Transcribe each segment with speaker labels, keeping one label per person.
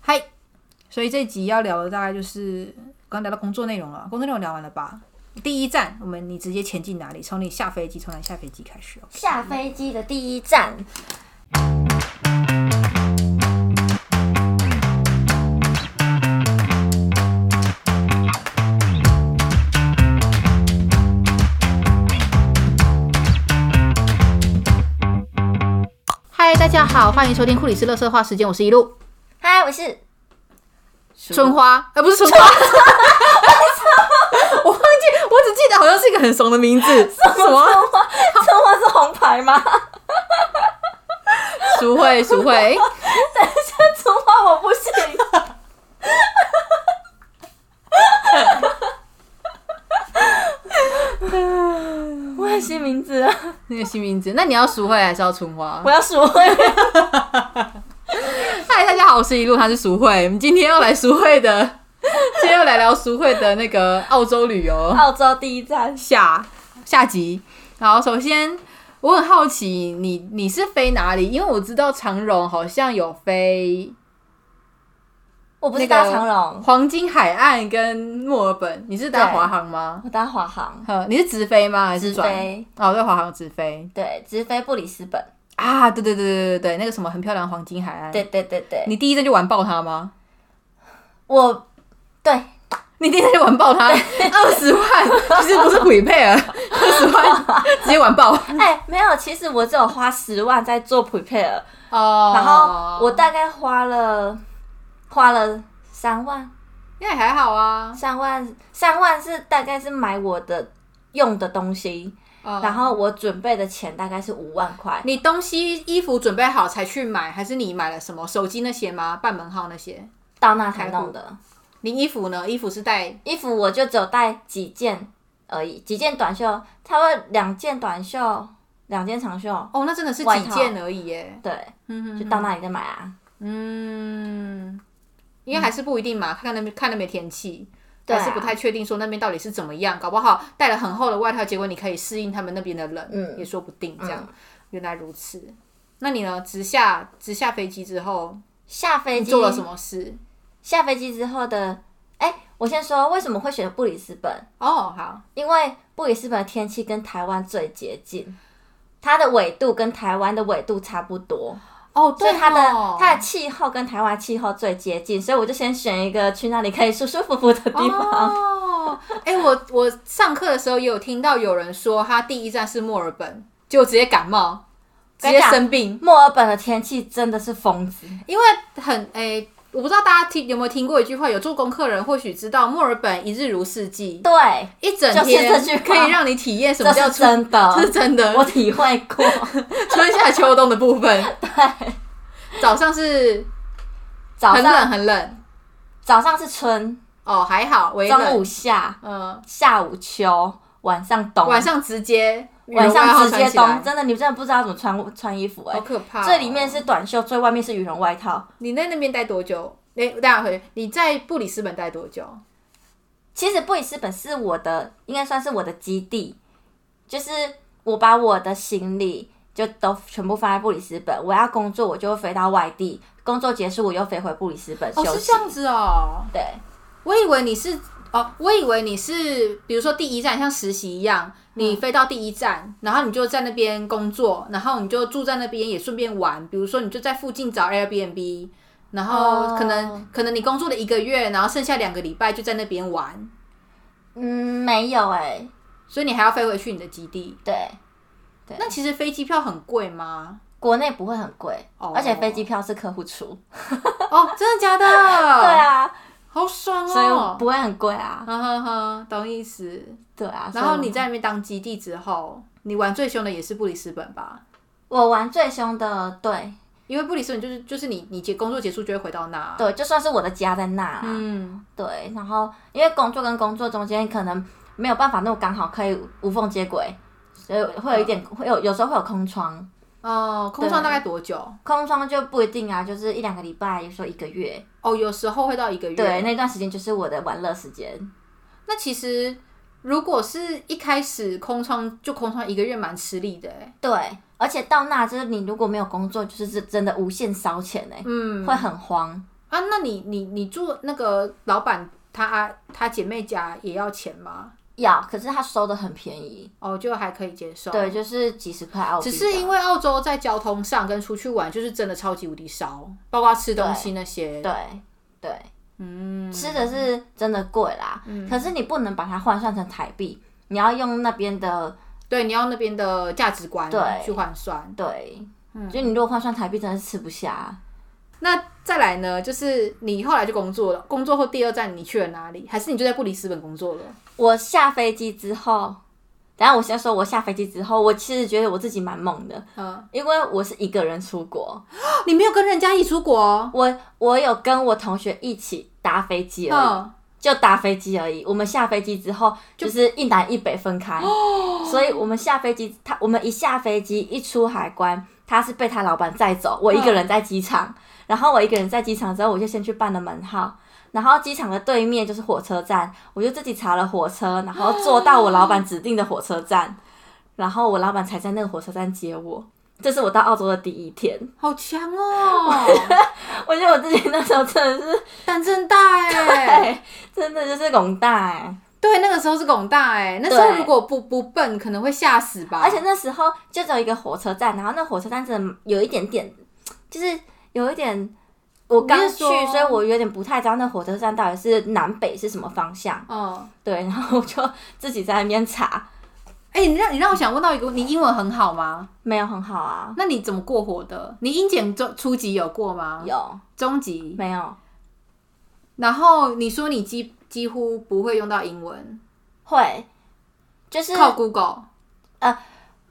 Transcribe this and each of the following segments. Speaker 1: 嗨，所以这集要聊的大概就是刚聊到工作内容了，工作内容聊完了吧？第一站，我们你直接前进哪里？从你下飞机，从你下飞机开始哦。
Speaker 2: 下飞机的第一站，
Speaker 1: 嗨，大家好，欢迎收听库里斯乐色话时间，我是一路
Speaker 2: 嗨，我 是
Speaker 1: 春花，呃，不是春花，我忘记，我只记得好像是一个很怂的名字，什么？
Speaker 2: 中华，中华是红牌 吗？
Speaker 1: 淑慧，淑慧，
Speaker 2: 等一下，中华我不 行。我要新名字啊！
Speaker 1: 那个新名字，那你要淑慧还是要春花
Speaker 2: 我？要数会，
Speaker 1: 嗨，大家好，我是一路，他是淑慧，我们今天要来淑慧的，今天要来聊淑慧的那个澳洲旅游。
Speaker 2: 澳洲第一站。
Speaker 1: 下下集。好，首先我很好奇你你是飞哪里？因为我知道长荣好像有飞
Speaker 2: 我不
Speaker 1: 那
Speaker 2: 是
Speaker 1: 个
Speaker 2: 搭长荣，
Speaker 1: 黄金海岸跟墨尔本，你是搭
Speaker 2: 对
Speaker 1: 华航吗？
Speaker 2: 我搭华航。
Speaker 1: 呃，你是直飞吗？还是
Speaker 2: 直
Speaker 1: 转？
Speaker 2: 飞
Speaker 1: 哦，对，华航直飞
Speaker 2: 对，直飞布里斯本。
Speaker 1: 啊！对对对对对对，那个什么很漂亮的黄金海岸。
Speaker 2: 对，对对对，
Speaker 1: 你第一站就玩爆它吗？
Speaker 2: 我对
Speaker 1: 你第一站就玩爆它，二十万，其实不是鬼配啊，二十万直接玩爆。
Speaker 2: 哎、没有，其实我只有花十万在做 prepare，
Speaker 1: 哦，
Speaker 2: 然后我大概花了花了三万，
Speaker 1: 那也还好啊。
Speaker 2: 三万三万是大概是买我的用的东西，
Speaker 1: 哦
Speaker 2: 然后我准备的钱大概是五万块，
Speaker 1: 你东西衣服准备好才去买，还是你买了什么手机那些吗？办门号那些？
Speaker 2: 到那才弄的。
Speaker 1: 你衣服呢？衣服是带
Speaker 2: 衣服我就只有带几件而已，几件短袖，差不多两件短袖，两件长袖，
Speaker 1: 哦，那真的是
Speaker 2: 外
Speaker 1: 几
Speaker 2: 套
Speaker 1: 件而已耶。
Speaker 2: 对，
Speaker 1: 嗯
Speaker 2: 就到那里再买啊。
Speaker 1: 嗯，因为还是不一定嘛，看那边看那边天气，
Speaker 2: 对啊
Speaker 1: 还是不太确定说那边到底是怎么样，搞不好带了很厚的外套，结果你可以适应他们那边的冷，
Speaker 2: 嗯
Speaker 1: 也说不定。这样，原来如此。那你呢？直下直下飞机之后，
Speaker 2: 下飞
Speaker 1: 你
Speaker 2: 机
Speaker 1: 做了什么事？
Speaker 2: 下飞机之后的，哎、我先说为什么会选布里斯本，
Speaker 1: 哦，好，
Speaker 2: 因为布里斯本的天气跟台湾最接近，它的纬度跟台湾的纬度差不多，
Speaker 1: 哦，
Speaker 2: 所
Speaker 1: 对
Speaker 2: 以它的
Speaker 1: 哦
Speaker 2: 它的气候跟台湾气候最接近，所以我就先选一个去那里可以舒舒服服的地方。
Speaker 1: 哦，哎、我我上课的时候也有听到有人说，他第一站是墨尔本，就直接感冒，直
Speaker 2: 跟
Speaker 1: 接
Speaker 2: 你讲
Speaker 1: 生病，
Speaker 2: 墨尔本的天气真的是疯子，
Speaker 1: 因为很哎、我不知道大家听有没有听过一句话，有做功课的人或许知道，墨尔本一日如四季，
Speaker 2: 对，
Speaker 1: 一整
Speaker 2: 就是
Speaker 1: 天
Speaker 2: 这句话
Speaker 1: 可以让你体验什么
Speaker 2: 这
Speaker 1: 叫
Speaker 2: 是
Speaker 1: 春，
Speaker 2: 真的，
Speaker 1: 这是真的，
Speaker 2: 我体会 过。
Speaker 1: 春夏秋冬的部 分。对，早上是
Speaker 2: 早
Speaker 1: 很
Speaker 2: 上
Speaker 1: 冷很冷，
Speaker 2: 早上是春，
Speaker 1: 哦还好，微
Speaker 2: 中
Speaker 1: 冷，
Speaker 2: 午夏，
Speaker 1: 嗯、
Speaker 2: 下午秋，晚上冬，
Speaker 1: 晚上直接羽绒
Speaker 2: 晚
Speaker 1: 外
Speaker 2: 上
Speaker 1: 套
Speaker 2: 直接
Speaker 1: 穿起来
Speaker 2: 冬，真的你真的不知道怎么穿穿衣服哎、
Speaker 1: 好可怕哦、
Speaker 2: 最里面是短袖，最外面是羽绒外套。
Speaker 1: 你在那边待多久？哎、大家回，你在布里斯本待多久？
Speaker 2: 其实布里斯本是我的，应该算是我的基地，就是我把我的行李就都全部放在布里斯本。我要工作，我就会飞到外地；工作结束，我又飞回布里斯本休
Speaker 1: 哦，是
Speaker 2: 息。
Speaker 1: 这样子哦。
Speaker 2: 对，
Speaker 1: 我以为你是哦，我以为你是，比如说第一站像实习一样，你飞到第一站，然后你就在那边工作，然后你就住在那边，也顺便玩。比如说，你就在附近找 Airbnb，然后
Speaker 2: 哦
Speaker 1: 可能、可能你工作了一个月，然后剩下两个礼拜就在那边玩，
Speaker 2: 嗯，没有哎、
Speaker 1: 所以你还要飞回去你的基地。
Speaker 2: 对，
Speaker 1: 那其实飞机票很贵吗？
Speaker 2: 国内不会很贵，
Speaker 1: 哦
Speaker 2: 而且飞机票是客户出。
Speaker 1: 哦，真的假的？
Speaker 2: 对
Speaker 1: 对，
Speaker 2: 啊，
Speaker 1: 好爽
Speaker 2: 所
Speaker 1: 哦
Speaker 2: 以。不会很贵啊。
Speaker 1: 哈哈哈，懂意思。
Speaker 2: 对啊，
Speaker 1: 然后
Speaker 2: 所以
Speaker 1: 你在那边当基地之后，你玩最凶的也是布里斯本吧？
Speaker 2: 我玩最凶的，对
Speaker 1: 因为布里斯本就是就是你你结工作结束就会回到那啊、
Speaker 2: 对，就算是我的家在那、啊。
Speaker 1: 嗯，
Speaker 2: 对，然后因为工作跟工作中间可能没有办法那么刚好可以无缝接轨，所以会有一
Speaker 1: 嗯
Speaker 2: 点会有有时候会有空窗，
Speaker 1: 哦，空窗大概多久？
Speaker 2: 空窗就不一定啊，就是一两个礼拜，有时候一个月，
Speaker 1: 哦，有时候会到一个月。
Speaker 2: 对，，那段时间就是我的玩乐时间，
Speaker 1: 那其实如果是一开始空窗就空窗一个月，蛮吃力的欸
Speaker 2: 对，而且到那就是你如果没有工作，就是真真的无限烧钱哎、
Speaker 1: 嗯，
Speaker 2: 会很慌，
Speaker 1: 啊，那你你你住那个老板他他姐妹家也要钱吗？
Speaker 2: 要，可是他收的很便宜，
Speaker 1: 哦，就还可以接受。
Speaker 2: 对，就是几十块澳币
Speaker 1: 只
Speaker 2: 吧。
Speaker 1: 是因为澳洲在交通上跟出去玩就是真的超级无敌烧，包括吃东西那些。
Speaker 2: 对对，
Speaker 1: 嗯，
Speaker 2: 吃的是真的贵啦，可是你不能把它换算成台币，你要用那边的
Speaker 1: 对，你要那边的价值观
Speaker 2: 对
Speaker 1: 去换算。
Speaker 2: 对，就你如果换算台币，真的是吃不下。
Speaker 1: 那再来呢，就是你后来就工作了，工作后第二站你去了哪里？还是你就在布里斯本工作了？
Speaker 2: 我下飞机之后，等一下我先说，我下飞机之后，我其实觉得我自己蛮猛的，
Speaker 1: 嗯，
Speaker 2: 因为我是一个人出国，
Speaker 1: 你没有跟人家一起出国哦、
Speaker 2: 我我有跟我同学一起搭飞机而已，
Speaker 1: 嗯，
Speaker 2: 就搭飞机而已。我们下飞机之后就是一南一北分开，所以我们下飞机，他我们一下飞机一出海关，他是被他老板载走，我一个人在机场。然后我一个人在机场之后，我就先去办了门号。然后机场的对面就是火车站，我就自己查了火车，然后坐到我老板指定的火车站，然后我老板才在那个火车站接我。这是我到澳洲的第一天，
Speaker 1: 好强哦、
Speaker 2: 我觉得我自己那时候真的是，
Speaker 1: 胆真大哎、
Speaker 2: 哎，真的就是拱大哎、
Speaker 1: 对，那个时候是广大哎、那时候
Speaker 2: 对
Speaker 1: 如果不不笨，可能会吓死吧。
Speaker 2: 而且那时候就只有一个火车站，然后那火车站真的有一点点，就是有一点，我刚
Speaker 1: 你是
Speaker 2: 去，
Speaker 1: 说
Speaker 2: 所以我有点不太知道那火车站到底是南北是什么方向。
Speaker 1: 嗯，
Speaker 2: 对，然后我就自己在那边查，
Speaker 1: 哎、你让你让我想问到一个，你英文很好吗？
Speaker 2: 没有很好啊，
Speaker 1: 那你怎么过火的？你英检中初级有过吗？
Speaker 2: 有
Speaker 1: 中级，
Speaker 2: 没有
Speaker 1: 然后你说你几几乎不会用到英文，
Speaker 2: 会，就是
Speaker 1: 靠 Google。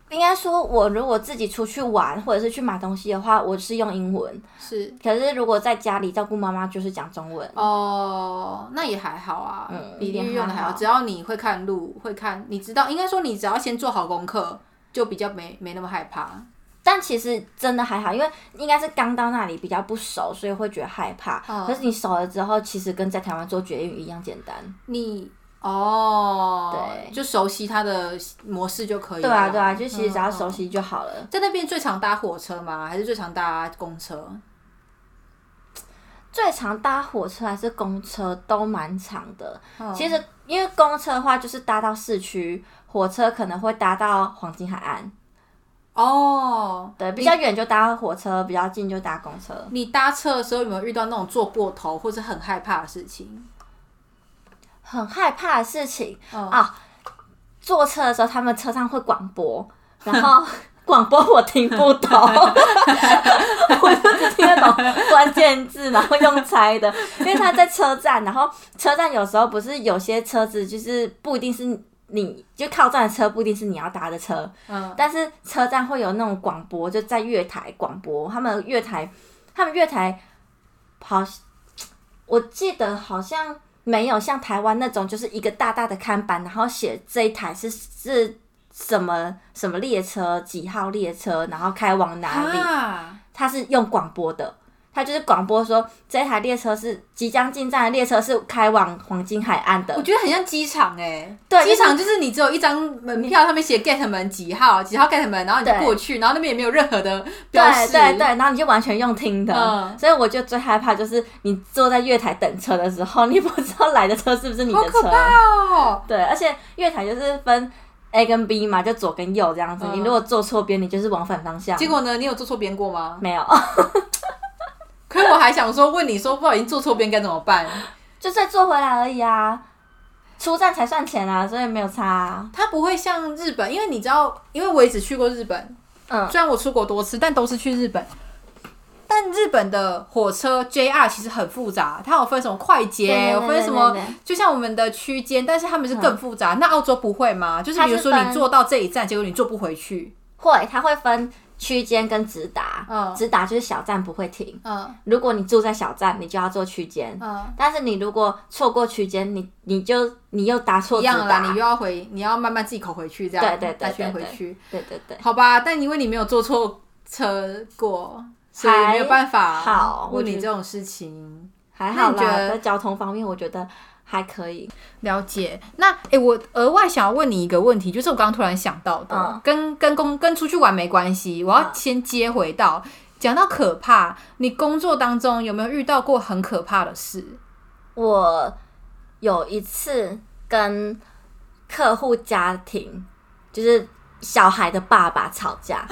Speaker 2: 应该说，我如果自己出去玩或者是去买东西的话，我是用英文；
Speaker 1: 是
Speaker 2: 可是如果在家里照顾妈妈，就是讲中文。
Speaker 1: 哦，那也还好啊，
Speaker 2: 嗯
Speaker 1: 比
Speaker 2: 也
Speaker 1: 例
Speaker 2: 还
Speaker 1: 用的还好，
Speaker 2: 好
Speaker 1: 只要你会看路，会看，你知道，应该说你只要先做好功课，就比较没没那么害怕。
Speaker 2: 但其实真的还好，因为应该是刚到那里比较不熟，所以会觉得害怕。
Speaker 1: 嗯
Speaker 2: 可是你熟了之后，其实跟在台湾做绝育一样简单。
Speaker 1: 你哦，
Speaker 2: 对
Speaker 1: 就熟悉它的模式就可以了。
Speaker 2: 对啊，对啊，就其实只要
Speaker 1: 嗯
Speaker 2: 熟悉就好了。
Speaker 1: 在那边最常搭火车吗？还是最常搭公车？
Speaker 2: 最常搭火车还是公车都蛮长的。
Speaker 1: 嗯
Speaker 2: 其实因为公车的话就是搭到市区，火车可能会搭到黄金海岸。
Speaker 1: 哦，
Speaker 2: 对，比较远就搭火车，比较近就搭公车。
Speaker 1: 你搭车的时候有没有遇到那种坐过头或是很害怕的事情？
Speaker 2: 很害怕的事情，
Speaker 1: 嗯，
Speaker 2: 啊，坐车的时候他们车上会广播， 然后广播我听不懂， 我就只听得懂关键字，然后用猜的，因为他在车站，然后车站有时候不是有些车子就是不一定是你就靠站的车不一定是你要搭的车，
Speaker 1: 嗯，
Speaker 2: 但是车站会有那种广播，就在月台广播，他们月台，他们月台好，我记得好像没有像台湾那种，就是一个大大的看板，然后写这一台是是什么什么列车，几号列车，然后开往哪里，
Speaker 1: 啊
Speaker 2: 它是用广播的。它就是广播说，这台列车是即将进站的列车是开往黄金海岸的
Speaker 1: 我。觉得很像机场哎、
Speaker 2: 对
Speaker 1: 机场就是你只有一张门票，上面写 get 门几号，几号 get 门，然后你就
Speaker 2: 对
Speaker 1: 过去，然后那边也没有任何的标
Speaker 2: 对
Speaker 1: 识，
Speaker 2: 对对，然后你就完全用听的，
Speaker 1: 嗯
Speaker 2: 所以我就最害怕就是你坐在月台等车的时候，你不知道来的车是不是你
Speaker 1: 好
Speaker 2: 的
Speaker 1: 可
Speaker 2: 车。
Speaker 1: 怕哦！
Speaker 2: 对，而且月台就是分 A 跟 B 嘛，就左跟右这样子。
Speaker 1: 嗯
Speaker 2: 你如果坐错边，你就是往反方向。
Speaker 1: 结果呢，你有坐错边过吗？
Speaker 2: 没有，
Speaker 1: 可是我还想说，问你说不小心坐错边该怎么办？
Speaker 2: 就再坐回来而已啊。出站才算钱啊，所以没有差、啊。
Speaker 1: 它不会像日本，因为你知道，因为我也只去过日本，
Speaker 2: 嗯
Speaker 1: 虽然我出国多次，但都是去日本。但日本的火车 JR 其实很复杂，它有分什么快捷，
Speaker 2: 对对
Speaker 1: 有
Speaker 2: 对
Speaker 1: 分什么
Speaker 2: 对对对，
Speaker 1: 就像我们的区间，但是他们是更复杂。那澳洲不会吗？嗯就是比如说
Speaker 2: 它是分
Speaker 1: 你坐到这一站，结果你坐不回去，
Speaker 2: 会，它会分区间跟直达。
Speaker 1: 嗯
Speaker 2: 直达就是小站不会停。
Speaker 1: 嗯
Speaker 2: 如果你住在小站，你就要坐区间。
Speaker 1: 嗯，
Speaker 2: 但是你如果错过区间，你你就你又搭错
Speaker 1: 一
Speaker 2: 字
Speaker 1: 样啦，你
Speaker 2: 打
Speaker 1: 又要回，你要慢慢自己口回去，这样
Speaker 2: 对对对
Speaker 1: 再圈
Speaker 2: 对
Speaker 1: 回
Speaker 2: 对
Speaker 1: 去，
Speaker 2: 对对对，
Speaker 1: 好吧？但因为你没有坐错车过，所以没有办法
Speaker 2: 还好我
Speaker 1: 问你
Speaker 2: 觉得
Speaker 1: 这种事情。
Speaker 2: 还
Speaker 1: 那
Speaker 2: 好
Speaker 1: 你
Speaker 2: 啦。
Speaker 1: 觉得
Speaker 2: 在交通方面，我觉得还可以。
Speaker 1: 了解，那诶、我额外想要问你一个问题，就是我刚刚突然想到的，
Speaker 2: 嗯
Speaker 1: 跟跟公跟出去玩没关系，我要先接回到讲到可怕，你工作当中有没有遇到过很可怕的事？
Speaker 2: 我有一次跟客户家庭，就是小孩的爸爸吵 架。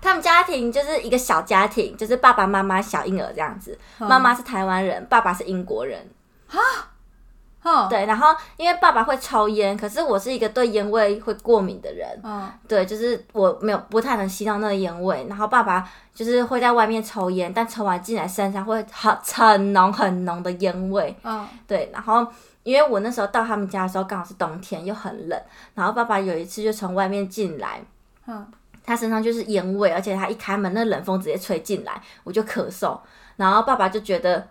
Speaker 2: 他们家庭就是一个小家庭，就是爸爸妈妈、小婴儿这样子。
Speaker 1: 嗯
Speaker 2: 嗯妈妈是台湾人，爸爸是英国人。
Speaker 1: 哦，
Speaker 2: 对，然后因为爸爸会抽烟，可是我是一个对烟味会过敏的人。
Speaker 1: 嗯，
Speaker 2: 对，就是我没有不太能吸到那个烟味，然后爸爸就是会在外面抽烟，但抽完进来身上会很很浓很浓的烟味。
Speaker 1: 嗯，
Speaker 2: 对，然后因为我那时候到他们家的时候刚好是冬天，又很冷，然后爸爸有一次就从外面进来，
Speaker 1: 嗯，
Speaker 2: 他身上就是烟味，而且他一开门，那冷风直接吹进来，我就咳嗽，然后爸爸就觉得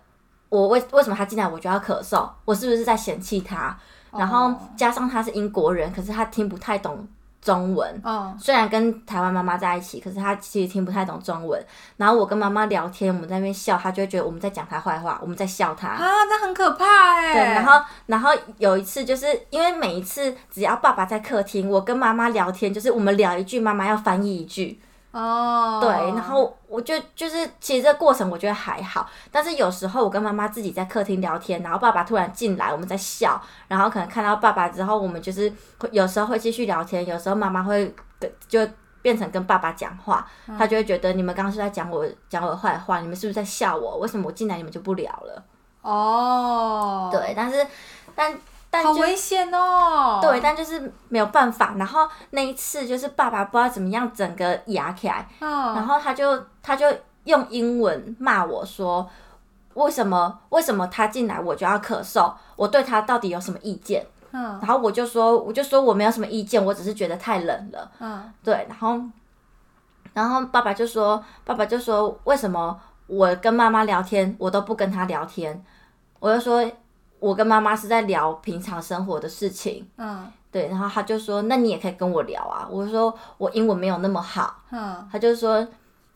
Speaker 2: 我为为什么他进来我就要咳嗽，我是不是在嫌弃他？然后加上他是英国人，可是他听不太懂中文，
Speaker 1: 哦，
Speaker 2: 虽然跟台湾妈妈在一起，可是她其实听不太懂中文。然后我跟妈妈聊天，我们在那边笑，她就会觉得我们在讲她坏话，我们在笑她。
Speaker 1: 啊，那很可怕哎、
Speaker 2: 对，然后然后有一次，就是因为每一次只要爸爸在客厅，我跟妈妈聊天，就是我们聊一句，妈妈要翻译一句。
Speaker 1: 哦，
Speaker 2: 对，然后我就就是其实这个过程我觉得还好，但是有时候我跟妈妈自己在客厅聊天，然后爸爸突然进来，我们在笑，然后可能看到爸爸之后，我们就是会有时候会继续聊天，有时候妈妈会跟就变成跟爸爸讲话，
Speaker 1: 嗯
Speaker 2: 他就会觉得你们刚刚是在讲我讲我的坏话，你们是不是在笑我？为什么我进来你们就不聊了？
Speaker 1: 哦，，
Speaker 2: 对，但是但但
Speaker 1: 好
Speaker 2: 就
Speaker 1: 危险哦，
Speaker 2: 对，，但就是没有办法。然后那一次就是爸爸不知道怎么样，整个压起来，然
Speaker 1: 嗯，
Speaker 2: 后他就他就用英文骂我说，为什么为什么他进来我就要咳嗽？我对他到底有什么意见？
Speaker 1: 嗯，
Speaker 2: 然后我就说我就说我没有什么意见，我只是觉得太冷了。
Speaker 1: 嗯，
Speaker 2: 对，然后然后爸爸就说爸爸就说为什么我跟妈妈聊天我都不跟他聊天？我就说我跟妈妈是在聊平常生活的事情。
Speaker 1: 嗯，
Speaker 2: 对，然后他就说：“那你也可以跟我聊啊。”我说：“我英文没有那么好。”
Speaker 1: 嗯，
Speaker 2: 他就说，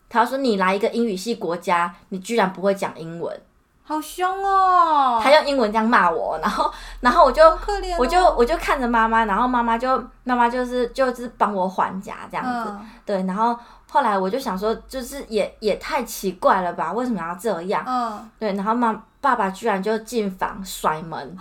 Speaker 2: 他说你来一个英语系国家，你居然不会讲英文，
Speaker 1: 好凶哦，
Speaker 2: 他用英文这样骂我，然后然后我就
Speaker 1: 好可怜、哦，
Speaker 2: 我就我就看着妈妈，然后妈妈就妈妈就是就是帮我还价这样
Speaker 1: 嗯
Speaker 2: 子，对，然后后来我就想说，就是也也太奇怪了吧，为什么要这样？
Speaker 1: 嗯，
Speaker 2: 对，然后妈爸爸居然就进房甩 门，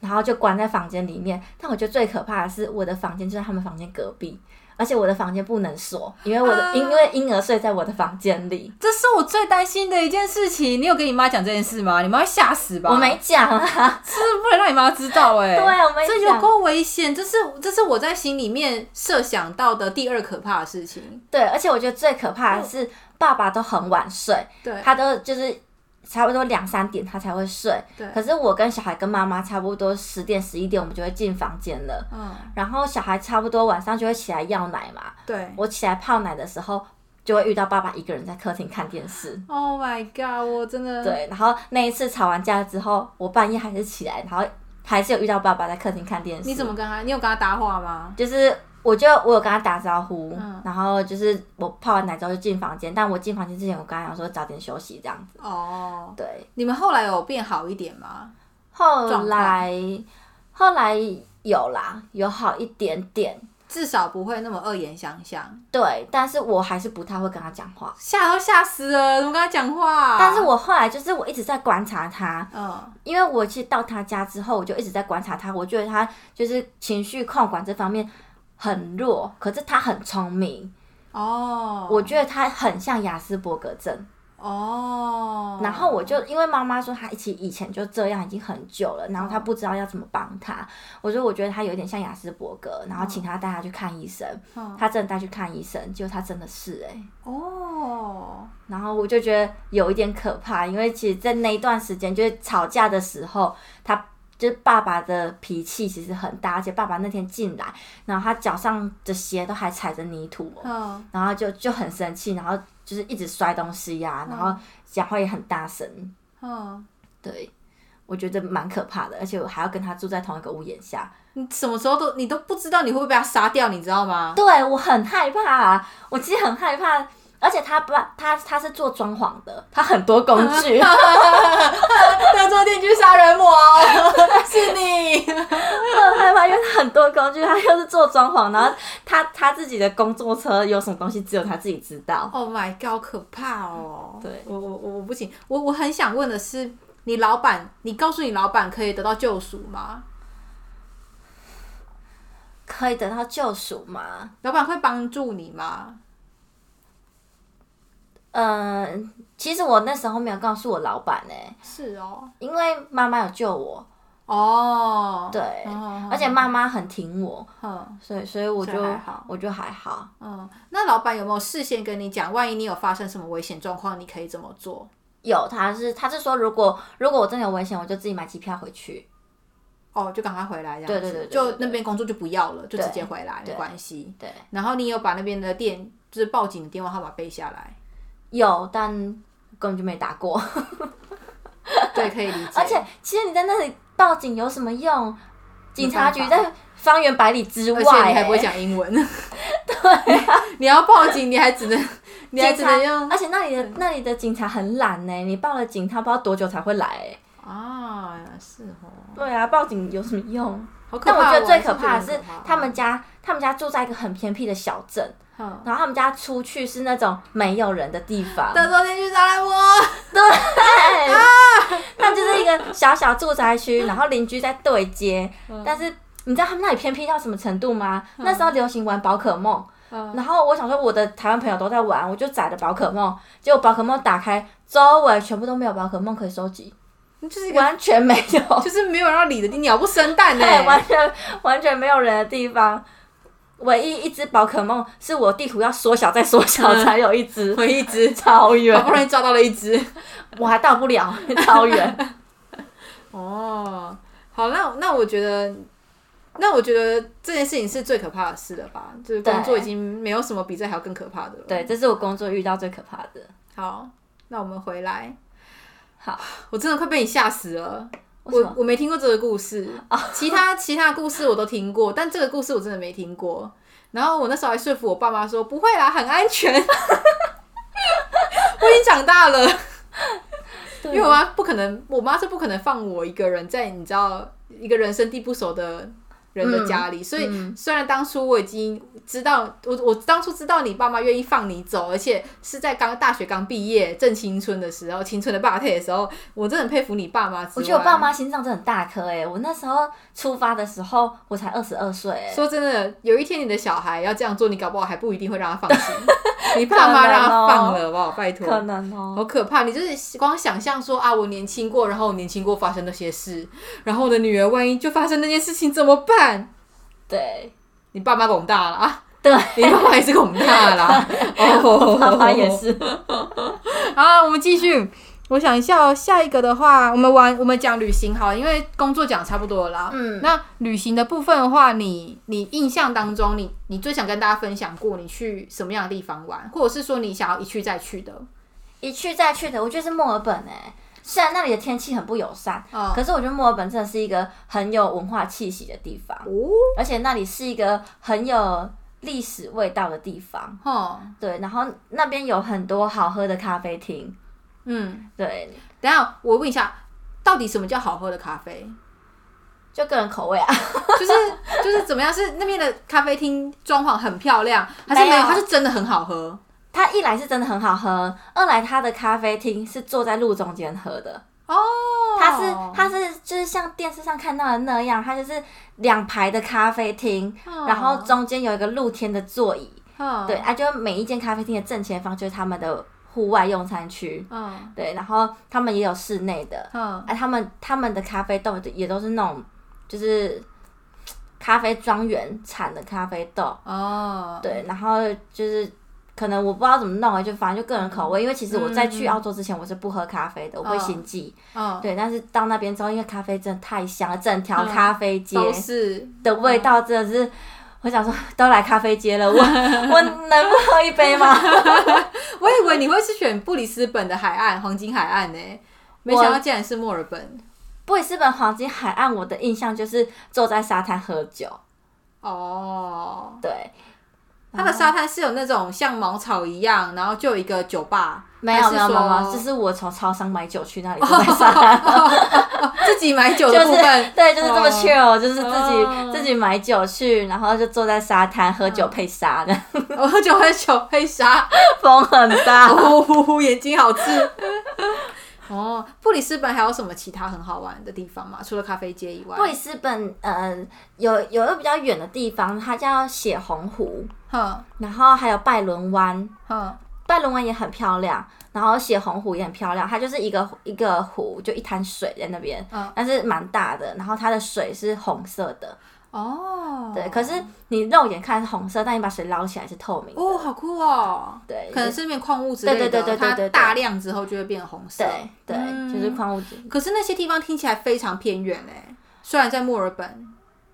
Speaker 2: 然后就关在房间里面。但我觉得最可怕的是，我的房间就在他们房间隔壁，而且我的房间不能锁，因为我的、
Speaker 1: 啊
Speaker 2: 因为婴儿睡在我的房 间里，
Speaker 1: 这是我最担心的一件事情。你有跟你妈讲这件事吗？你妈会吓死吧？
Speaker 2: 我没讲啊。
Speaker 1: 是不能让你妈知道哎、
Speaker 2: 对，我没
Speaker 1: 这有
Speaker 2: 讲。
Speaker 1: 够危险，这是这是我在心里面设想到的第二可怕的事情。
Speaker 2: 对，而且我觉得最可怕的是，爸爸都很晚睡，
Speaker 1: 嗯对，
Speaker 2: 他都就是差不多两三点他才会睡。
Speaker 1: 对
Speaker 2: 可是我跟小孩跟妈妈差不多十点十一点，我们就会进房间了。
Speaker 1: 嗯，
Speaker 2: 然后小孩差不多晚上就会起来要奶嘛，
Speaker 1: 对。
Speaker 2: 我起来泡奶的时候，就会遇到爸爸一个人在客厅看电视。
Speaker 1: Oh my god！我真的，
Speaker 2: 对，然后那一次吵完架之后，我半夜还是起来，然后还是有遇到爸爸在客厅看电视。
Speaker 1: 你怎么？跟他？你有跟他搭话吗？
Speaker 2: 就是我就我有跟他打招呼，
Speaker 1: 嗯
Speaker 2: 然后就是我泡完奶之后就进房间，但我进房间之前，我跟他讲说早点休息这样子。
Speaker 1: 哦、
Speaker 2: 对，
Speaker 1: 你们后来有变好一点吗？
Speaker 2: 后
Speaker 1: 状况
Speaker 2: 来后来有啦，有好一点点。
Speaker 1: 至少不会那么恶言相向，
Speaker 2: 对，但是我还是不太会跟他讲话。
Speaker 1: 吓都吓死了，怎么跟他讲话？
Speaker 2: 但是，我后来就是我一直在观察他，
Speaker 1: 嗯
Speaker 2: 因为我其实到他家之后，我就一直在观察他，我觉得他就是情绪控管这方面很弱，可是他很聪明，
Speaker 1: 哦，
Speaker 2: 我觉得他很像雅斯伯格症。
Speaker 1: 哦，
Speaker 2: 然后我就因为妈妈说他其实以前就这样，已经很久了，然后他不知道要怎么帮他，我说我觉得他有点像雅斯伯格，然后请他带他去看医生，
Speaker 1: 嗯
Speaker 2: 他真的带去看医生，结果他真的是哎、
Speaker 1: 哦，
Speaker 2: 然后我就觉得有一点可怕，因为其实，在那一段时间，就是吵架的时候，他就是爸爸的脾气其实很大，而且爸爸那天进来，然后他脚上的鞋都还踩着泥土哦、
Speaker 1: 嗯，
Speaker 2: 然后就就很生气，然后就是一直摔东西呀、然后讲话也很大声，
Speaker 1: 嗯，
Speaker 2: 对。我觉得蛮可怕的，而且我还要跟他住在同一个屋檐下，
Speaker 1: 你什么时候都你都不知道你会不会被他杀掉，你知道吗？
Speaker 2: 对我很害怕、我其实很害怕，而且他爸他他是做装潢的，他很多工具，
Speaker 1: 德州电锯杀人魔哦 是你，
Speaker 2: 我很害怕，因为他很多工具，他又是做装潢，然后他他自己的工作车有什么东西只有他自己知道。
Speaker 1: Oh my god，好可怕哦！
Speaker 2: 对
Speaker 1: 我我我我不行，我我很想问的是，你老板，你告诉你老板可以得到救赎吗？
Speaker 2: 可以得到救赎吗？
Speaker 1: 老板会帮助你吗？
Speaker 2: 嗯，其实我那时候没有告诉我老板呢、
Speaker 1: 是哦，
Speaker 2: 因为妈妈有救我，
Speaker 1: 哦，
Speaker 2: 对，
Speaker 1: 哦
Speaker 2: 而且妈妈很挺我，
Speaker 1: 嗯
Speaker 2: 所以所以我就
Speaker 1: 所以还好
Speaker 2: 我就还好。
Speaker 1: 嗯，那老板有没有事先跟你讲，万一你有发生什么危险状况，你可以怎么做？
Speaker 2: 有，他是他是说，如果如果我真的有危险，我就自己买机票回去。
Speaker 1: 哦，就赶快回来，这样
Speaker 2: 对
Speaker 1: 子，
Speaker 2: 对对对对
Speaker 1: 就
Speaker 2: 对
Speaker 1: 那边工作就不要了，就直接
Speaker 2: 对
Speaker 1: 回来，没
Speaker 2: 对
Speaker 1: 关系。
Speaker 2: 对，
Speaker 1: 然后你有把那边的电，就是报警的电话号码背下 来，
Speaker 2: 有，但根本就没打过。
Speaker 1: 对，可以理解。
Speaker 2: 而且，其实你在那里报警有什么用？警察局
Speaker 1: 办法
Speaker 2: 在方圆百里之外、
Speaker 1: 而且你还
Speaker 2: 欸啊
Speaker 1: 不会讲英文， 对、你要报警，你还只能，你还只
Speaker 2: 警察
Speaker 1: 能用嗯
Speaker 2: 而且那里的那里的警察很懒呢、你报了警，他不知道多久才会来、欸。
Speaker 1: 啊，是哦，
Speaker 2: 对啊，报警有什么用？
Speaker 1: 好可
Speaker 2: 但
Speaker 1: 怕
Speaker 2: 我
Speaker 1: 哦。
Speaker 2: 觉得最
Speaker 1: 是
Speaker 2: 可怕的
Speaker 1: 觉得
Speaker 2: 是
Speaker 1: 很可怕
Speaker 2: 他们家，他们家住在一个很偏僻的小镇，
Speaker 1: 嗯
Speaker 2: 然后他们家出去是那种没有人的地方，
Speaker 1: 德州电锯杀人魔，
Speaker 2: 对，
Speaker 1: 啊
Speaker 2: 它就是一个小小住宅区，然后邻居在对接，
Speaker 1: 嗯
Speaker 2: 但是你知道他们那里偏僻到什么程度吗？那时候流行玩宝可梦，
Speaker 1: 嗯
Speaker 2: 然后我想说我的台湾朋友都在玩，我就载了宝可梦，结果宝可梦打开，周围全部都没有宝可梦可以收集，
Speaker 1: 嗯就是一个
Speaker 2: 完全没 有，
Speaker 1: 就是没有人要理的地，鸟不生 蛋呢、欸
Speaker 2: 对，完全完全没有人的地方。唯一一只宝可梦是我地图要缩小再缩小
Speaker 1: 嗯
Speaker 2: 才有一只，
Speaker 1: 我一 只，
Speaker 2: 超远
Speaker 1: 好，不容易抓到了一只。
Speaker 2: 我还到不了， 超远。
Speaker 1: 哦，好，那那我觉得，那我觉得这件事情是最可怕的事了吧？就是工作
Speaker 2: 对
Speaker 1: 已经没有什么比这还要更可怕的了。
Speaker 2: 对，，这是我工作遇到最可怕的。
Speaker 1: 好，那我们回来。
Speaker 2: 好，
Speaker 1: 我真的快被你吓死了。
Speaker 2: 为什
Speaker 1: 我
Speaker 2: 么哦
Speaker 1: 我没听过这个故事，其他其他故事我都听过，但这个故事我真的没听过。然后我那时候还说服我爸妈说不会啦，很安全。 我已经长大了， 因为我妈不可能，我妈是不可能放我一个人在你知道一个人生地不熟的人的家
Speaker 2: 嗯
Speaker 1: 里。所以、虽然当初我已经知道，我我当初知道你爸妈愿意放你走，而且是在刚大学刚毕业正青春的时候，青春的霸退的时候，我真的很佩服你爸妈之外。
Speaker 2: 我觉得我爸妈心脏真的很大颗哎、我那时候出发的时候，我才二十二岁哎，
Speaker 1: 说真的，有一天你的小孩要这样做，你搞不好还不一定会让他放 心。你爸妈让他放了，好不好？拜托，
Speaker 2: 可哦能哦、
Speaker 1: 好可怕！你就是光想象说啊，我年轻过，然后我年轻过发生那些事，然后我的女儿万一就发生那件事情怎么办？
Speaker 2: 对
Speaker 1: 你爸妈拱大了啊！
Speaker 2: 对，
Speaker 1: 你爸妈也是拱大了 啊，哦，
Speaker 2: 爸妈 也。是。
Speaker 1: 好，我们继续。我想一下哦，下一个的话，我们玩我们讲旅行好了，因为工作讲差不多了啦。
Speaker 2: 嗯
Speaker 1: 那旅行的部分的话，你你印象当中，你你最想跟大家分享过你去什么样的地方玩，或者是说你想要一去再去的？
Speaker 2: 一去再去的，我觉得是墨尔本哎、虽然那里的天气很不友善，
Speaker 1: 嗯
Speaker 2: 可是我觉得墨尔本真的是一个很有文化气息的地方，
Speaker 1: 哦，
Speaker 2: 而且那里是一个很有历史味道的地方。
Speaker 1: 哈，
Speaker 2: 对，然后那边有很多好喝的咖啡厅。
Speaker 1: 嗯，
Speaker 2: 对，
Speaker 1: 等一下我问一下，到底什么叫好喝的咖啡？
Speaker 2: 就个人口味啊，
Speaker 1: 就是就是怎么样？是那边的咖啡厅装潢很漂亮，还是没
Speaker 2: 没
Speaker 1: 有？
Speaker 2: 有
Speaker 1: 它是真的很好喝
Speaker 2: 它一来是真的很好喝，二来它的咖啡厅是坐在路中间喝的。
Speaker 1: 哦。
Speaker 2: 它是它是就是像电视上看到的那样，它就是两排的咖啡厅，
Speaker 1: 哦
Speaker 2: 然后中间有一个露天的座椅，
Speaker 1: 嗯
Speaker 2: 对，啊，就每一间咖啡厅的正前方就是他们的户外用餐区，
Speaker 1: 嗯
Speaker 2: 对，然后他们也有室内的，
Speaker 1: 嗯
Speaker 2: 啊，他们他们的咖啡豆也都是那种就是咖啡庄园产的咖啡豆，
Speaker 1: 哦，
Speaker 2: 对，然后就是可能我不知道怎么弄啊，就反正就个人口味，因为其实我在去
Speaker 1: 嗯
Speaker 2: 澳洲之前我是不喝咖啡的，我会心悸，
Speaker 1: 嗯，
Speaker 2: 对，但是到那边之后，因为咖啡真的太香了，整条咖啡街
Speaker 1: 都是
Speaker 2: 的味道真的是。我想说，都来咖啡街了， 我我能不喝一杯吗？
Speaker 1: 我以为你会是选布里斯本的海岸黄金海岸呢、没想到竟然是墨尔本。
Speaker 2: 布里斯本黄金海岸，我的印象就是坐在沙滩喝酒，
Speaker 1: 哦，
Speaker 2: 对，
Speaker 1: 它的沙滩是有那种像茅草一样，然后就有一个酒吧，
Speaker 2: 没有
Speaker 1: 还是
Speaker 2: 没有没有，没有
Speaker 1: 说
Speaker 2: 这是我从超商买酒 去那里就买上来了。
Speaker 1: 自己买酒
Speaker 2: 就
Speaker 1: 的
Speaker 2: 是
Speaker 1: 部分，
Speaker 2: 对，就是这么
Speaker 1: 哦
Speaker 2: chill，、就是自己、
Speaker 1: 哦嗯
Speaker 2: 自己买酒去，然后就坐在沙滩喝酒配沙的，
Speaker 1: 我喝酒喝酒黑沙，
Speaker 2: 风很大。
Speaker 1: 哦呼呼，眼睛好刺。 哦，布里斯本还有什么其他很好玩的地方吗？除了咖啡街以外
Speaker 2: 布，里斯本，呃，有有一个比较远的地方，它叫血红湖，
Speaker 1: 哼
Speaker 2: 然后还有拜伦湾，
Speaker 1: 哼，
Speaker 2: 拜伦湾也很漂亮，然后血红湖也很漂亮，它就是一个一个湖，就一滩水在那边，
Speaker 1: 嗯
Speaker 2: 但是蛮大的，然后它的水是红色的，
Speaker 1: 哦，
Speaker 2: 对，可是你肉眼看是红色，但你把水捞起来是透明的，
Speaker 1: 哦，好酷哦，
Speaker 2: 对，
Speaker 1: 可能是变矿物之类的，
Speaker 2: 对对对对对对对
Speaker 1: 它大量之后就会变红色。
Speaker 2: 对对，
Speaker 1: 嗯
Speaker 2: 就是矿物质。
Speaker 1: 可是那些地方听起来非常偏远哎，虽然在墨尔本，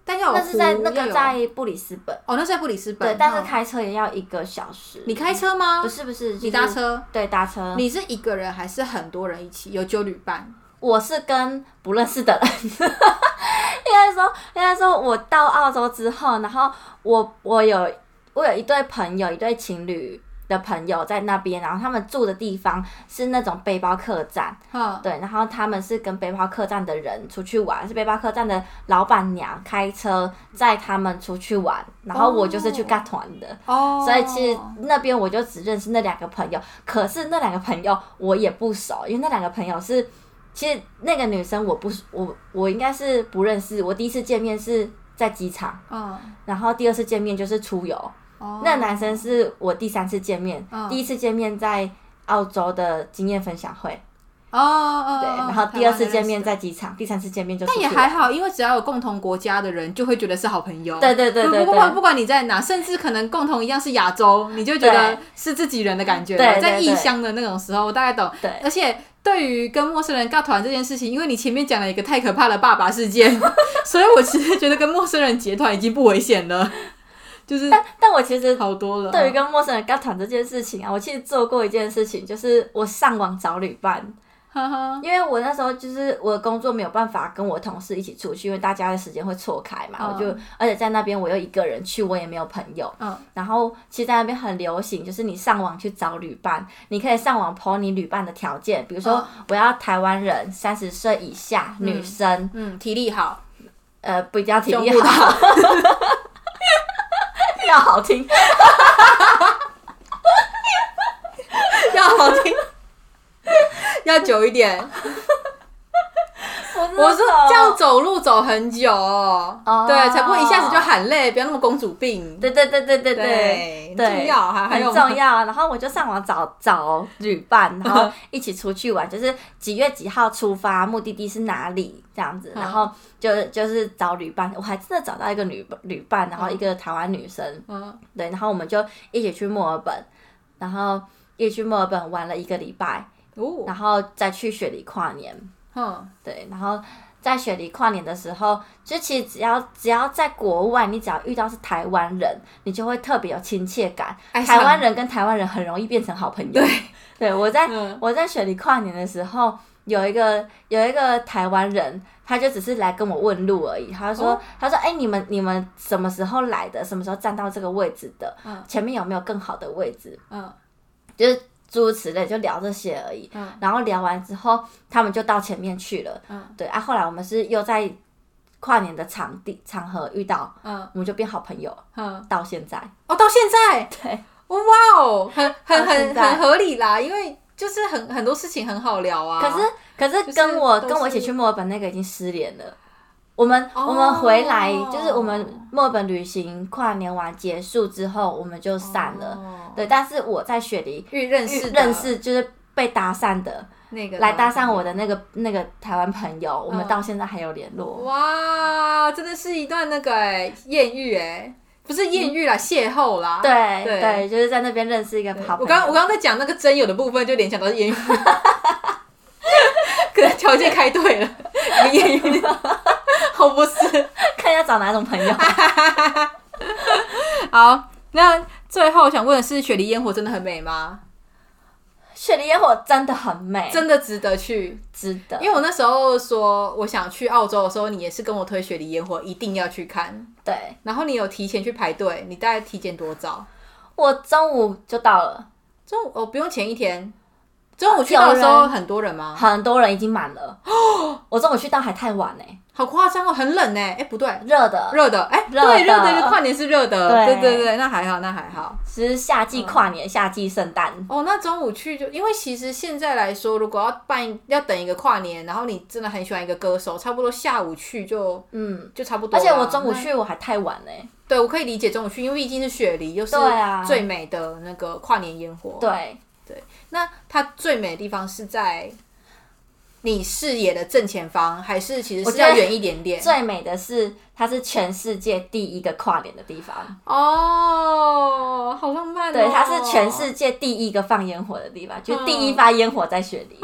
Speaker 1: 但要有
Speaker 2: 那是在
Speaker 1: 湖
Speaker 2: 那
Speaker 1: 要
Speaker 2: 个
Speaker 1: 有
Speaker 2: 在布里斯本，
Speaker 1: 哦，那是在布里斯本，
Speaker 2: 对，但是
Speaker 1: 嗯
Speaker 2: 开车也要一个小时。
Speaker 1: 你开车吗
Speaker 2: 不？是不是，
Speaker 1: 你
Speaker 2: 就是
Speaker 1: 搭车？
Speaker 2: 对，搭车。
Speaker 1: 你是一个人还是很多人一起？有酒旅伴？
Speaker 2: 我是跟不认识的人，应该说，应该说，我到澳洲之后，然后我我有我有一对朋友，一对情侣的朋友在那边，然后他们住的地方是那种背包客栈，
Speaker 1: 哈，
Speaker 2: 对，然后他们是跟背包客栈的人出去玩，是背包客栈的老板娘开车载他们出去玩，然后我就是去
Speaker 1: 哦
Speaker 2: 干团的。
Speaker 1: 哦，
Speaker 2: 所以其实那边我就只认识那两个朋友，可是那两个朋友我也不熟，因为那两个朋友是，其实那个女生我不我我应该是不认识，我第一次见面是在机场，
Speaker 1: 嗯，
Speaker 2: 然后第二次见面就是出游，
Speaker 1: 哦，
Speaker 2: 那男生是我第三次见面，
Speaker 1: 嗯
Speaker 2: 第一次见面在澳洲的经验分享会，
Speaker 1: 哦哦，
Speaker 2: 对，
Speaker 1: 哦
Speaker 2: 然后第二次见面。
Speaker 1: 台湾人认识
Speaker 2: 在机场，第三次见面就出
Speaker 1: 但也
Speaker 2: 去
Speaker 1: 还
Speaker 2: 玩，
Speaker 1: 好，因为只要有共同国家的人，就会觉得是好朋友。
Speaker 2: 对对对对
Speaker 1: 不不管
Speaker 2: 对。
Speaker 1: 不管你在哪，甚至可能共同一样是亚洲，你就觉得
Speaker 2: 对
Speaker 1: 是自己人的感觉
Speaker 2: 对
Speaker 1: 了。
Speaker 2: 对
Speaker 1: 在
Speaker 2: 对
Speaker 1: 异乡的那种时候，我大概懂。
Speaker 2: 对
Speaker 1: 而且对于跟陌生人尬团这件事情，因为你前面讲了一个太可怕的爸爸事 件，所以我其实觉得跟陌生人结团已经不危险了，就是
Speaker 2: 但但我其实
Speaker 1: 好多了。
Speaker 2: 对于跟陌生人交谈这件事情啊，我其实做过一件事情，就是我上网找旅伴，
Speaker 1: 哈哈，
Speaker 2: 因为我那时候就是我的工作没有办法跟我同事一起出去，因为大家的时间会错开嘛，
Speaker 1: 嗯
Speaker 2: 我就而且在那边我又一个人去，我也没有朋友，
Speaker 1: 嗯，
Speaker 2: 然后其实在那边很流行，就是你上网去找旅伴，你可以上网 po 你旅伴的条件，比如说
Speaker 1: 哦
Speaker 2: 我要台湾人，三十岁以下，
Speaker 1: 嗯
Speaker 2: 女生，
Speaker 1: 嗯，体力好，
Speaker 2: 呃，比较体
Speaker 1: 胸
Speaker 2: 力
Speaker 1: 部
Speaker 2: 好，
Speaker 1: 大，
Speaker 2: 要好听，
Speaker 1: 要好听，要久一点。
Speaker 2: 哦我 是
Speaker 1: 我说
Speaker 2: 那种
Speaker 1: 这样走路走很久哦，
Speaker 2: 哦
Speaker 1: 对，才不会一下子就喊累，不要那么公主病。
Speaker 2: 对对对对对
Speaker 1: 对
Speaker 2: 对，
Speaker 1: 很重要还还
Speaker 2: 很
Speaker 1: 有吗
Speaker 2: 重要。啊然后我就上网找找旅伴，然 后一起出去玩，就是几月几号出发，目的地是哪里这样子，
Speaker 1: 嗯
Speaker 2: 然后就就是找旅伴，我还真的找到一个旅旅伴，然后
Speaker 1: 嗯
Speaker 2: 一个台湾女生，
Speaker 1: 嗯，
Speaker 2: 对，然后我们就一起去墨尔本，然后一起去墨尔本玩了一个礼拜，
Speaker 1: 哦，
Speaker 2: 然后再去雪梨跨年，
Speaker 1: 哼，
Speaker 2: 对，然后在雪梨跨年的时候，就其实只要只要在国外，你只要遇到是台湾人，你就会特别有亲切感。
Speaker 1: 爱
Speaker 2: 哎台
Speaker 1: 上
Speaker 2: 湾人跟台湾人很容易变成好朋友。对，对我在、
Speaker 1: 嗯
Speaker 2: 我在雪梨跨年的时候，有一个有一个台湾人，他就只是来跟我问路而已。他说、
Speaker 1: 哦
Speaker 2: 他说哎、你们你们什么时候来的？什么时候站到这个位置的？
Speaker 1: 嗯
Speaker 2: 前面有没有更好的位置？
Speaker 1: 嗯
Speaker 2: 就是诸如此类，就聊这些而已。
Speaker 1: 嗯
Speaker 2: 然后聊完之后，他们就到前面去了。
Speaker 1: 嗯
Speaker 2: 对啊，后来我们是又在跨年的场地场合遇到，
Speaker 1: 嗯
Speaker 2: 我们就变好朋友，
Speaker 1: 嗯，
Speaker 2: 到现在。
Speaker 1: 哦，到现在，
Speaker 2: 对，
Speaker 1: 哇哦，很很
Speaker 2: 到现
Speaker 1: 很
Speaker 2: 在
Speaker 1: 很合理啦，因为就是很很多事情很好聊啊。
Speaker 2: 可是可
Speaker 1: 就是是
Speaker 2: 跟我
Speaker 1: 都
Speaker 2: 跟我一起
Speaker 1: 是
Speaker 2: 去墨尔本那个已经失联了。我们、
Speaker 1: 哦
Speaker 2: 我们回来就是我们墨尔本旅行跨年完结束之后，我们就散了。
Speaker 1: 哦
Speaker 2: 对，但是我在雪梨
Speaker 1: 遇认识的
Speaker 2: 认识就是被搭讪的，
Speaker 1: 那个
Speaker 2: 来搭
Speaker 1: 上
Speaker 2: 讪我的那个那个台湾朋友，我们
Speaker 1: 嗯
Speaker 2: 到现在还有联络。
Speaker 1: 哇，真的是一段那个哎艳遇哎，不是艳
Speaker 2: 嗯
Speaker 1: 遇啦，邂逅啦。
Speaker 2: 对
Speaker 1: 对
Speaker 2: 对，就是在那边认识一个好朋友。
Speaker 1: 我刚我刚刚在讲那个真有的部分，就联想到是艳 遇，可能条件开对了，一个艳 遇，好不是？
Speaker 2: 看要找哪种朋 友。
Speaker 1: 好，那最后想问的是，雪梨烟火真的很美吗？
Speaker 2: 雪梨烟火真的很美，
Speaker 1: 真的值得去？
Speaker 2: 值得。
Speaker 1: 因为我那时候说我想去澳洲的时候，你也是跟我推雪梨烟火一定要去看，
Speaker 2: 对
Speaker 1: 然后你有提前去排队，你大概提前多早？
Speaker 2: 我中午就到了，
Speaker 1: 中午哦，不用前一天，中午去到的时
Speaker 2: 有
Speaker 1: 候
Speaker 2: 人
Speaker 1: 很多人吗？
Speaker 2: 很多人已经 满了。我中午去到还太晚呢、
Speaker 1: 好夸张哦，很冷呢、哎、不对，
Speaker 2: 热的，
Speaker 1: 热的，哎、
Speaker 2: 热
Speaker 1: 对，热
Speaker 2: 的
Speaker 1: 的，跨年是热的，
Speaker 2: 对
Speaker 1: 对对对，那还好，那还好。
Speaker 2: 只是夏
Speaker 1: 嗯
Speaker 2: 季跨年、夏季圣诞，
Speaker 1: 哦，那中午去就，因为其实现在来说，如果要办要等一个跨年，然后你真的很喜欢一个歌手，差不多下午去就
Speaker 2: 嗯。
Speaker 1: 就差不多
Speaker 2: 而
Speaker 1: 啦。
Speaker 2: 且我中午
Speaker 1: 那，
Speaker 2: 去我还太晚呢、
Speaker 1: 对我可以理解中午去，因为毕竟是雪梨，又是
Speaker 2: 对啊
Speaker 1: 最美的那个跨年烟火。
Speaker 2: 对，
Speaker 1: 那它最美的地方是在你视野的正前方，还是其实
Speaker 2: 我
Speaker 1: 是
Speaker 2: 觉得
Speaker 1: 要远一点点？
Speaker 2: 最美的是它是全世界第一个跨年的地方，
Speaker 1: 哦，好浪漫、哦！
Speaker 2: 对，它是 全世界第一个放烟火的地方，就是
Speaker 1: 嗯
Speaker 2: 第一发烟火在雪梨。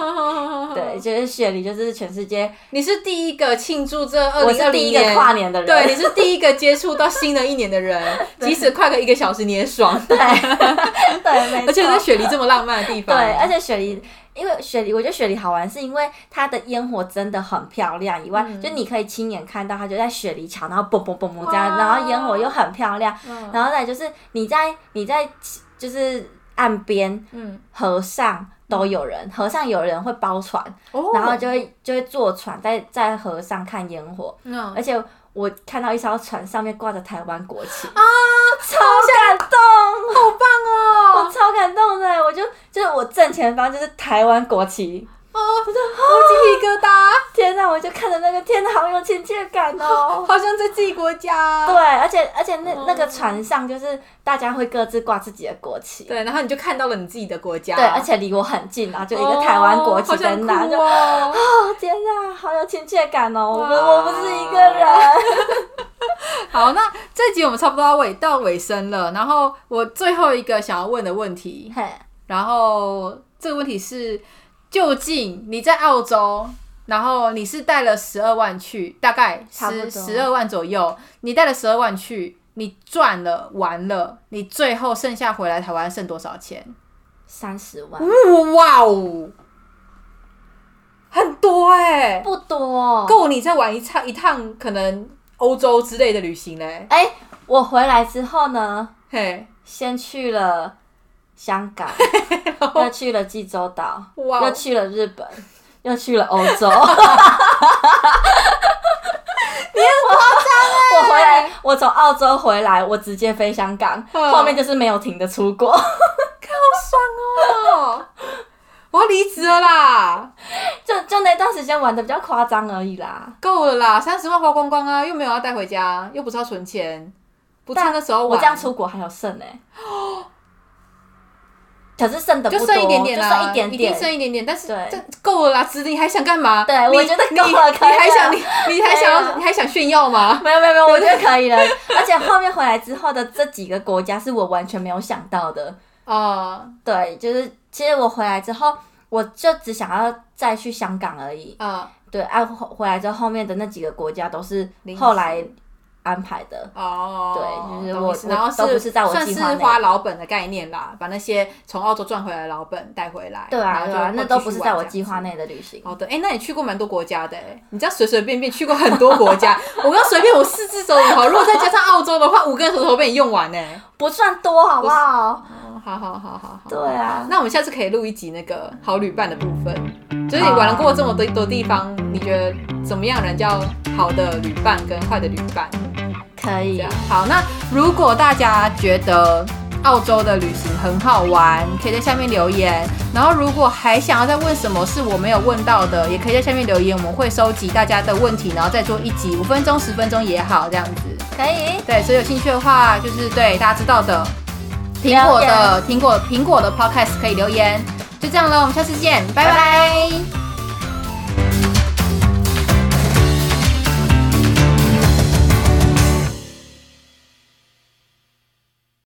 Speaker 2: 对，就是雪梨，就是全世界，
Speaker 1: 你是第一个庆祝这二
Speaker 2: 我
Speaker 1: 零
Speaker 2: 是
Speaker 1: 二
Speaker 2: 第
Speaker 1: 零
Speaker 2: 一个
Speaker 1: 年
Speaker 2: 跨年的人。
Speaker 1: 对， 你是第一个接触到新的一年的人，即使快个一个小时你也 爽，
Speaker 2: 对，对，没错。
Speaker 1: 而且在雪梨这么浪漫的地
Speaker 2: 对，
Speaker 1: 方，
Speaker 2: 而且雪梨，因为雪梨，我觉得雪梨好玩，是因为它的烟火真的很漂亮，以外、就你可以亲眼看到它就在雪梨桥，然后嘣嘣嘣嘣这样，
Speaker 1: 哇
Speaker 2: 然后烟火又很漂亮，
Speaker 1: 嗯
Speaker 2: 然后再就是你在你在就是岸边
Speaker 1: 嗯，
Speaker 2: 河上。都有人，河上有人会包船，
Speaker 1: 哦
Speaker 2: 然后就会就会坐船在在河上看烟火，
Speaker 1: 嗯，
Speaker 2: 而且我看到一艘船上面挂着台湾国旗啊，超感动，
Speaker 1: 好棒
Speaker 2: 我
Speaker 1: 哦！
Speaker 2: 超感动的，我就就是我正前方就是台湾国旗，
Speaker 1: 哦，我鸡皮疙瘩，
Speaker 2: 天哪！我就看着那个，天哪，好有亲切感哦。
Speaker 1: 好像在自己国家。
Speaker 2: 对，而且而且那
Speaker 1: 哦
Speaker 2: 那个船上就是大家会各自挂自己的国旗，
Speaker 1: 对，然后你就看到了你自己的国家，
Speaker 2: 对，而且离我很近，啊然后就一个台湾国
Speaker 1: 哦好
Speaker 2: 旗在
Speaker 1: 想
Speaker 2: 那，
Speaker 1: 哭
Speaker 2: 就
Speaker 1: 哦。
Speaker 2: 哦天哪，好有亲切感哦！我
Speaker 1: 哇
Speaker 2: 不我不是一个人，
Speaker 1: 好，那这集我们差不多要尾到尾声了。然后我最后一个想要问的问题，
Speaker 2: 嘿
Speaker 1: 然后这个问题是：究竟你在澳洲，然后你是带了十二万去，大概
Speaker 2: 差不多
Speaker 1: 十十二万左右，你带了十二万去，你赚了玩了，你最后剩下回来台湾剩多少钱？
Speaker 2: 三十万
Speaker 1: 哇哦，很多哎、
Speaker 2: 不多，哦
Speaker 1: 够你再玩一趟一趟可能欧洲之类的旅行嘞、
Speaker 2: 哎，我回来之后呢，
Speaker 1: 嘿。
Speaker 2: 先去了香 港，又去了济州岛，
Speaker 1: 哇哦
Speaker 2: 又去了日本，又去了欧 洲。你很夸张
Speaker 1: 欸
Speaker 2: 我回来，我从澳洲回来，我直接飞香港，
Speaker 1: 嗯
Speaker 2: 后面就是没有停的出国。
Speaker 1: 哦，我要离职了啦，
Speaker 2: 就就那段时间玩的比较夸张而已啦。
Speaker 1: 够了啦，三十万花光光啊，又没有要带回家，又不是要存钱，不趁那时候玩。
Speaker 2: 我这样出国还有剩呢、欸可是剩的不
Speaker 1: 就
Speaker 2: 多，
Speaker 1: 剩一点点
Speaker 2: 就
Speaker 1: 啦，
Speaker 2: 剩一点点，
Speaker 1: 定剩一点点，但是
Speaker 2: 对
Speaker 1: 这够了啦，侄子，你还想干嘛？
Speaker 2: 对
Speaker 1: 你
Speaker 2: 我觉得够了
Speaker 1: 你
Speaker 2: 可以
Speaker 1: 你
Speaker 2: 了啊
Speaker 1: 还想你你还想
Speaker 2: 可
Speaker 1: 要
Speaker 2: 以了
Speaker 1: 你还想炫耀吗？
Speaker 2: 没有没有没有，我觉得可 以了。而且后面回来之后的这几个国家是我完全没有想到的。
Speaker 1: 啊
Speaker 2: 对，就是其实我回来之后，我就只想要再去香港而已。
Speaker 1: 啊
Speaker 2: 对，啊，回回来之后后面的那几个国家都是
Speaker 1: 临时
Speaker 2: 后来安排的。
Speaker 1: 哦，
Speaker 2: 对就是
Speaker 1: 懂
Speaker 2: 我
Speaker 1: 意思
Speaker 2: 我
Speaker 1: 然后
Speaker 2: 都不是在我
Speaker 1: 算
Speaker 2: 计
Speaker 1: 是
Speaker 2: 划内
Speaker 1: 花老本的概念啦，把那些从澳洲赚回来的老本带回来，
Speaker 2: 对啊，
Speaker 1: 然后
Speaker 2: 对
Speaker 1: 就
Speaker 2: 啊，那都不是在我
Speaker 1: 继续
Speaker 2: 计
Speaker 1: 玩这样子
Speaker 2: 划内的旅行。
Speaker 1: 好的，哎、那你去过蛮多国家的、欸，你这样随随便便去过很多国家。 我刚随便我四只手指头，如果再加上澳洲的话，五个手指头被你用完呢、
Speaker 2: 不算多，好不好？
Speaker 1: 哦，好好好好好。
Speaker 2: 对啊，
Speaker 1: 那我们下次可以录一集那个好旅伴的部分，就是你玩了过这么多多地方，你觉得怎么样人叫好的旅伴跟坏的旅伴？
Speaker 2: 可以
Speaker 1: 这。样好，那如果大家觉得澳洲的旅行很好玩，可以在下面留言。然后如果还想要再问什么是我没有问到的，也可以在下面留言，我们会收集大家的问题，然后再做一集，五分钟、十分钟也好，这样子。
Speaker 2: 可以。
Speaker 1: 对，所以有兴趣的话，就是对大家知道的苹果
Speaker 2: 留言
Speaker 1: 的苹果苹果的 podcast 可以留言。就这样了，我们下次见，拜拜
Speaker 2: 拜